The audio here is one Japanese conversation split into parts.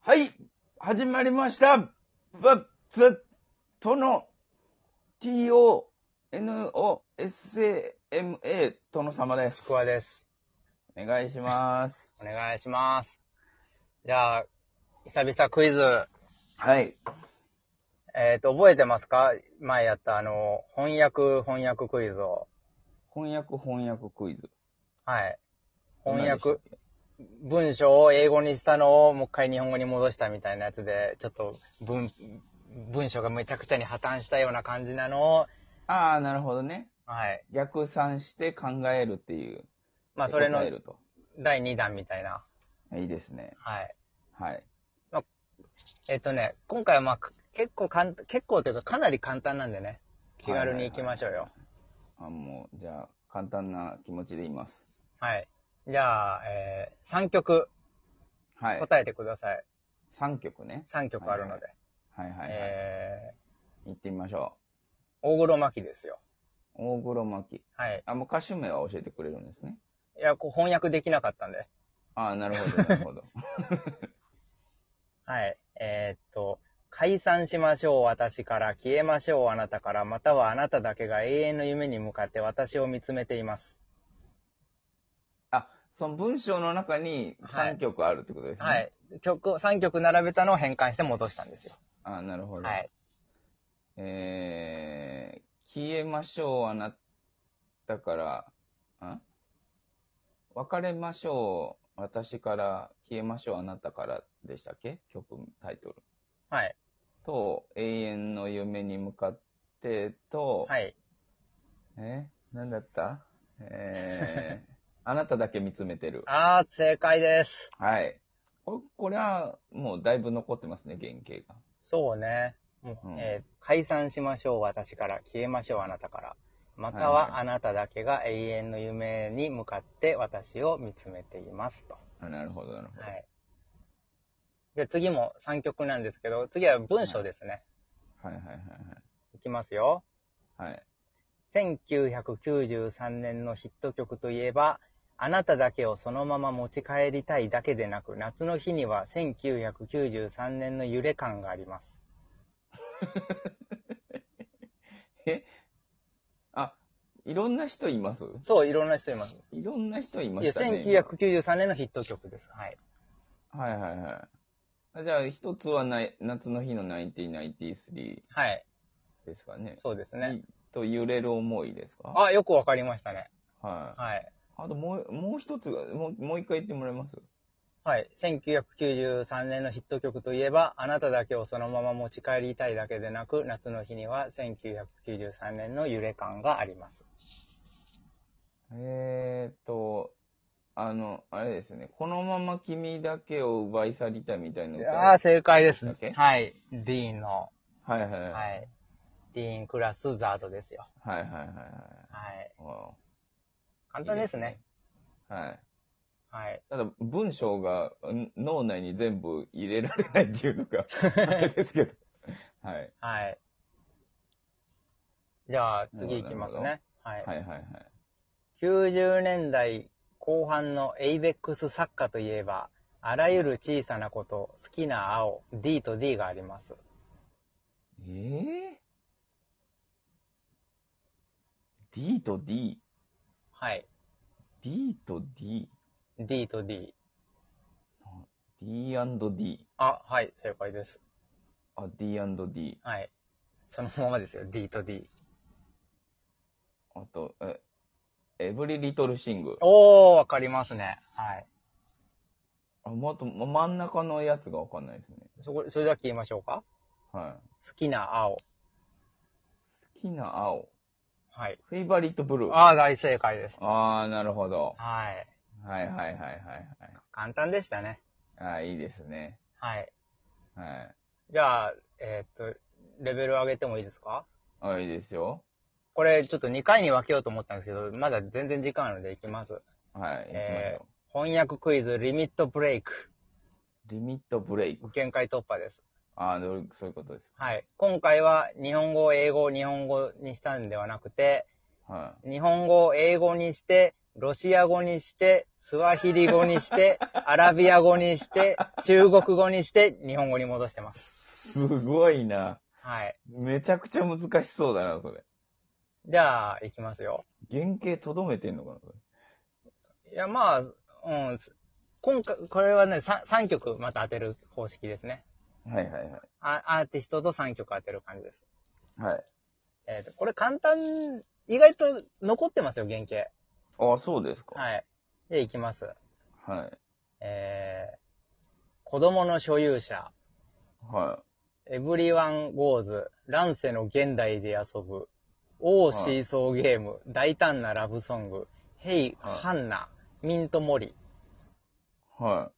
はい、始まりました。バッツとの TONOSAMA 殿様でちす。くわです。お願いします。お願いします。じゃあ、久々クイズ。はい。えっ、と、覚えてますか前やったあの、翻訳、翻訳クイズを。翻訳翻訳クイズ。はい。翻訳、文章を英語にしたのをもう一回日本語に戻したみたいなやつで、ちょっと文、文章がめちゃくちゃに破綻したような感じなのを、ああ、なるほどね。はい。逆算して考えるっていう。まあ、それの答えると。第2弾みたいな。いいですね。はい。はい。えっ、とね、今回はまあ、結構かん、結構というかかなり簡単なんでね、気軽に行きましょうよ。あ、もう、じゃあ、簡単な気持ちで言います。はい。じゃあ、えー、3曲はい。答えてください。 3曲ね。 3曲あるので。はいはいはい。え行ってみましょー、大黒摩季ですよ。う。大黒摩季。はい。あ、もう歌手名は教えてくれるんですね。いや、こう翻訳できなかったんで。ああ、なるほど、なるほ ど。はい。えーっと、解散しましょう、私から。消えましょう、あなたから。またはあなただけが永遠の夢に向かって私を見つめています。あ、その文章の中にはい3曲あるってことですね。はい。曲、3曲並べたのを変換して戻したんですよ。あーなるほど。はい。えー、消えましょう、あなたから、ん別れましょう、私から、消えましょう、あなたからでしたっけ曲、タイトル。はい。と、永遠の夢に向かってと、はい。えなんだったえ ー、あなただけ見つめてる。あー、正解です。はい。ここれは、もうだいぶ残ってますね、原型が。そうね。もううんえー解散しましょう、私から。消えましょう、あなたから。またはいは、はいあなただけが永遠の夢に向かって私を見つめています。と。あなるほど、なるほど。はい。じゃあ次も3曲なんですけど、次は文章ですね。はいはいはいいきますよ。はい。はい。 1993年のヒット曲といえば、あなただけをそのまま持ち帰りたいだけでなく、夏の日には1993年の揺れ感があります。あ、いろんな人いますそう、いろんな人います。いろんな人いまいや、したね。 1993年のヒット曲です。はい。今はいはいはい。あじゃあ、一つはない夏の日の1993はい。ですかね。そうですね。いと揺れる思いですかあ、よくわかりましたね。はい。はい。あともう、もう一つが、もう、もう一回言ってもらえますはい。1993年のヒット曲といえば、あなただけをそのまま持ち帰りたいだけでなく、夏の日には1993年の揺れ感があります。えーっと、あの、あれですよね。このまま君だけを奪い去りたいみたいな歌。ああ、正解ですだっけ。はい。ディーンの、はいはいはい。はいはい。ディーンクラスザードですよ。はいはいはい。はい。わお簡単ですね。。いいですねはい。はい。ただ、文章がん脳内に全部入れられないっていうのが、あれですけど。はい。はい。じゃあ、次いきますなね。はい。はいはいはい。 90年代後半のエイベックス作家といえば、あらゆる小さなこと、好きな青、D と D があります。ええ ?D と D。はい。 D と D。 D と D。 D&D。あ、はい、正解です。あ、D&D。はい。そのままですよ、D と D。あと、え、エブリリトルシング。おー、わかりますね。はい。あ、もっと、ま真ん中のやつがわかんないですね。そこ、それだけ言いましょうか。は好きな青。い。好きな青。はい。フェイバリットブルー。あー、大正解です。あー、なるほど。はい。はいはいはいはい簡単でしたね。はい。あー、いいですね。はい。はい。じゃあ、えーっと、レベル上げてもいいですかあ、いいですよ。これちょっと2回に分けようと思ったんですけど、まだ全然時間あるのでいきます。はい、行きましょう。え翻訳クイズ、リミットブレイク。リミットブレイク。限界突破です。ああ、どうそういうことです。はい。今回は日本語を英語を日本語にしたんではなくて、は日本語を英語にしてロシア語にして、スワヒリ語にして、アラビア語にして、中国語にして、日本語に戻してます。すごいな。はい。めちゃくちゃ難しそうだな、それ。じゃあ、いきますよ。原型とどめてんのかな、それ。いや、まあ、うん。今回、これはね、3, 三曲また当てる方式ですね。はいはいはあアーティストと3曲当てる感じです。い。はい。えっ、と、これ簡単、意外と残ってますよ、原型。ああ、そうですか。はい。で、いきます。はい。はい。えー、子供の所有者、エブリワン・ゴーズ、乱世の現代で遊ぶ、オーシーソーゲーム、大胆なラブソング、ヘイ・はいハンナ、ミント・モリ。は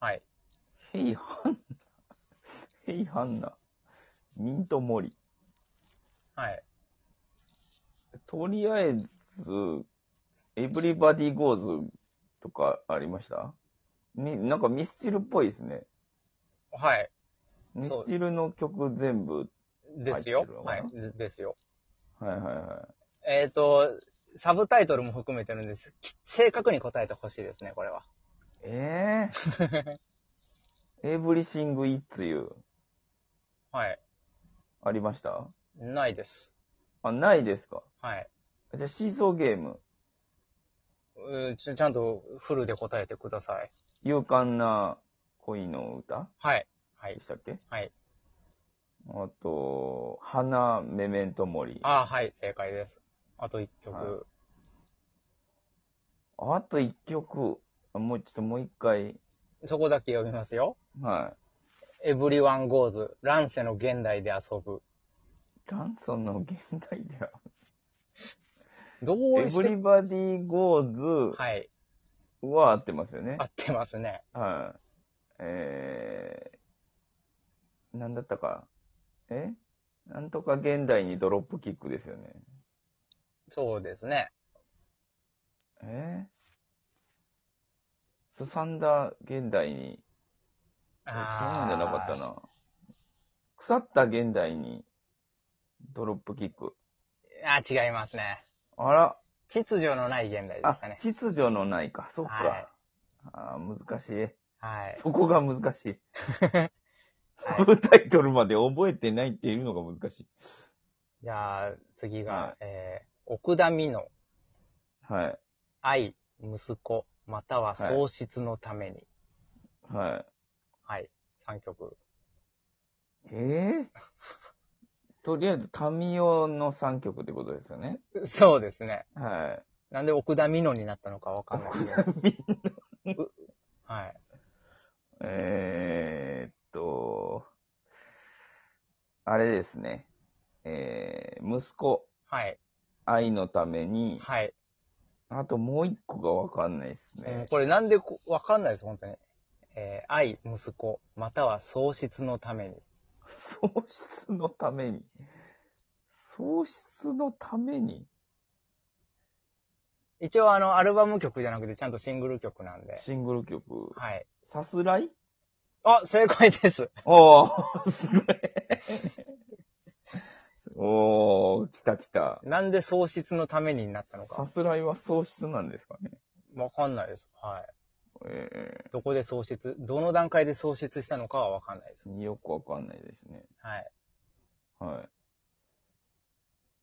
はい。い。ヘイハン ナ。ヘイハンナ。ミントモリ。はい。とりあえず、エブリバディゴーズとかありましたみ、なんかミスチルっぽいですね。はい。ミスチルの曲全部。ですよ入ってる。わはい。でですよ。はいはいはえっ、と、サブタイトルも含めてるんです。き正確に答えてほしいですね、これは。い。え えー。エブリシング・イッツ・ユー。はい。ありましたないです。あ、ないですかはい。じゃあ、シーソーゲーム。うーちょちゃんとフルで答えてください。勇敢な恋の歌はい。はいで。したっけはい。あと、花、メメントモリ。ああ、はい、正解です。あと1曲。はいあと一曲。あもうちょっともう一回。そこだけ読みますよ。はエブリワンゴーズ、乱世の現代で遊ぶ。い。ランソンの現代では。どエうしブリてバディ・ゴーズはい。は合ってますよね合。ってますね。はい。えー、なんだったか。えなんとか現代にドロップキックですよね。そうですね。えー、すさんだ現代に、え違うんじゃなかったあな。腐った現代にドロップキック。ーあー、違いますね。あら、秩序のない現代であすかね、。秩序のないか。そっか。はいあー難しい。はい。そこが難しい。 はいサブタイトルまで覚えてないっていうのが難しい。じゃあ、次が、はいえー、奥田美のはい。愛、息子、または喪失のために。はい。はい。三3曲。ええとりあえず、タミオの3曲ってことですよね。そうですね。はなんで奥田美濃になったのかわかんないけ ど。い。はい。えーっと、あれですね。えー、息子、はい。愛のために、はい。あともう一個がわかんないですうんね。これなんでこわかんないです、本当に。えー愛、息子、または喪失のために。喪失のために。喪失のために一応あの、アルバム曲じゃなくて、ちゃんとシングル曲なんで。シングル曲、はい。さすらいあ、正解です。おー、すごい。おー、来た来た。なんで喪失のためにになったのさか。すらいは喪失なんですかね。わかんないです。はえい。どこで喪失、どの段階で喪失したのかはわかんないです。ー、よくわかんないですね。はい。はい。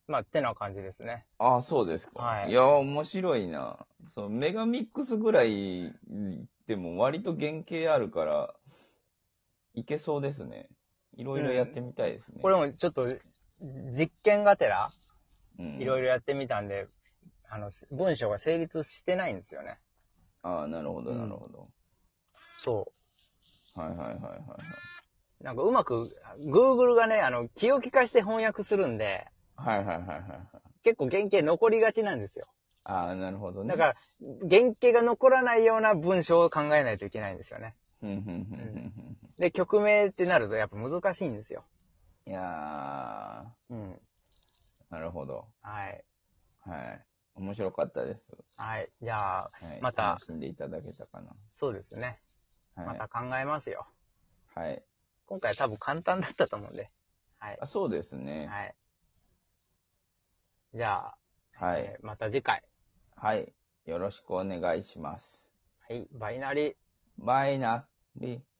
まあ、ってな感じですね。ああ、そうですか。はいいやー、面白いな。そのメガミックスぐらいでも割と原型あるから、いけそうですね。いろいろやってみたいですね。これもちょっと、実験がてら、うん、いろいろ。ろやってみたんで、あの、文章が成立してないんですよね。ああ、なるほど、なるほど。そう。はいはいはいはいはい。なんかうまく、Google がね、あの、気を利かして翻訳するんで、はいはいはいはいはい。結構原型残りがちなんですよ。ああ、なるほどね。だから、原型が残らないような文章を考えないといけないんですよね。うん、うん、うん、うんうん。で、曲名ってなるとやっぱ難しいんですよ。いやうん。ー、なるほど。はい。はい。面白かったです。はい。じゃあ、はい、また楽しんでいただけたかな。そうですね。はまい。た考えますよ。はい、今回多分簡単だったと思うんで。はい。あそうですね。はい。じゃあ、はい。えーまた次回。はい。はい。よろしくお願いします。はい、バイナリー。バイナリー。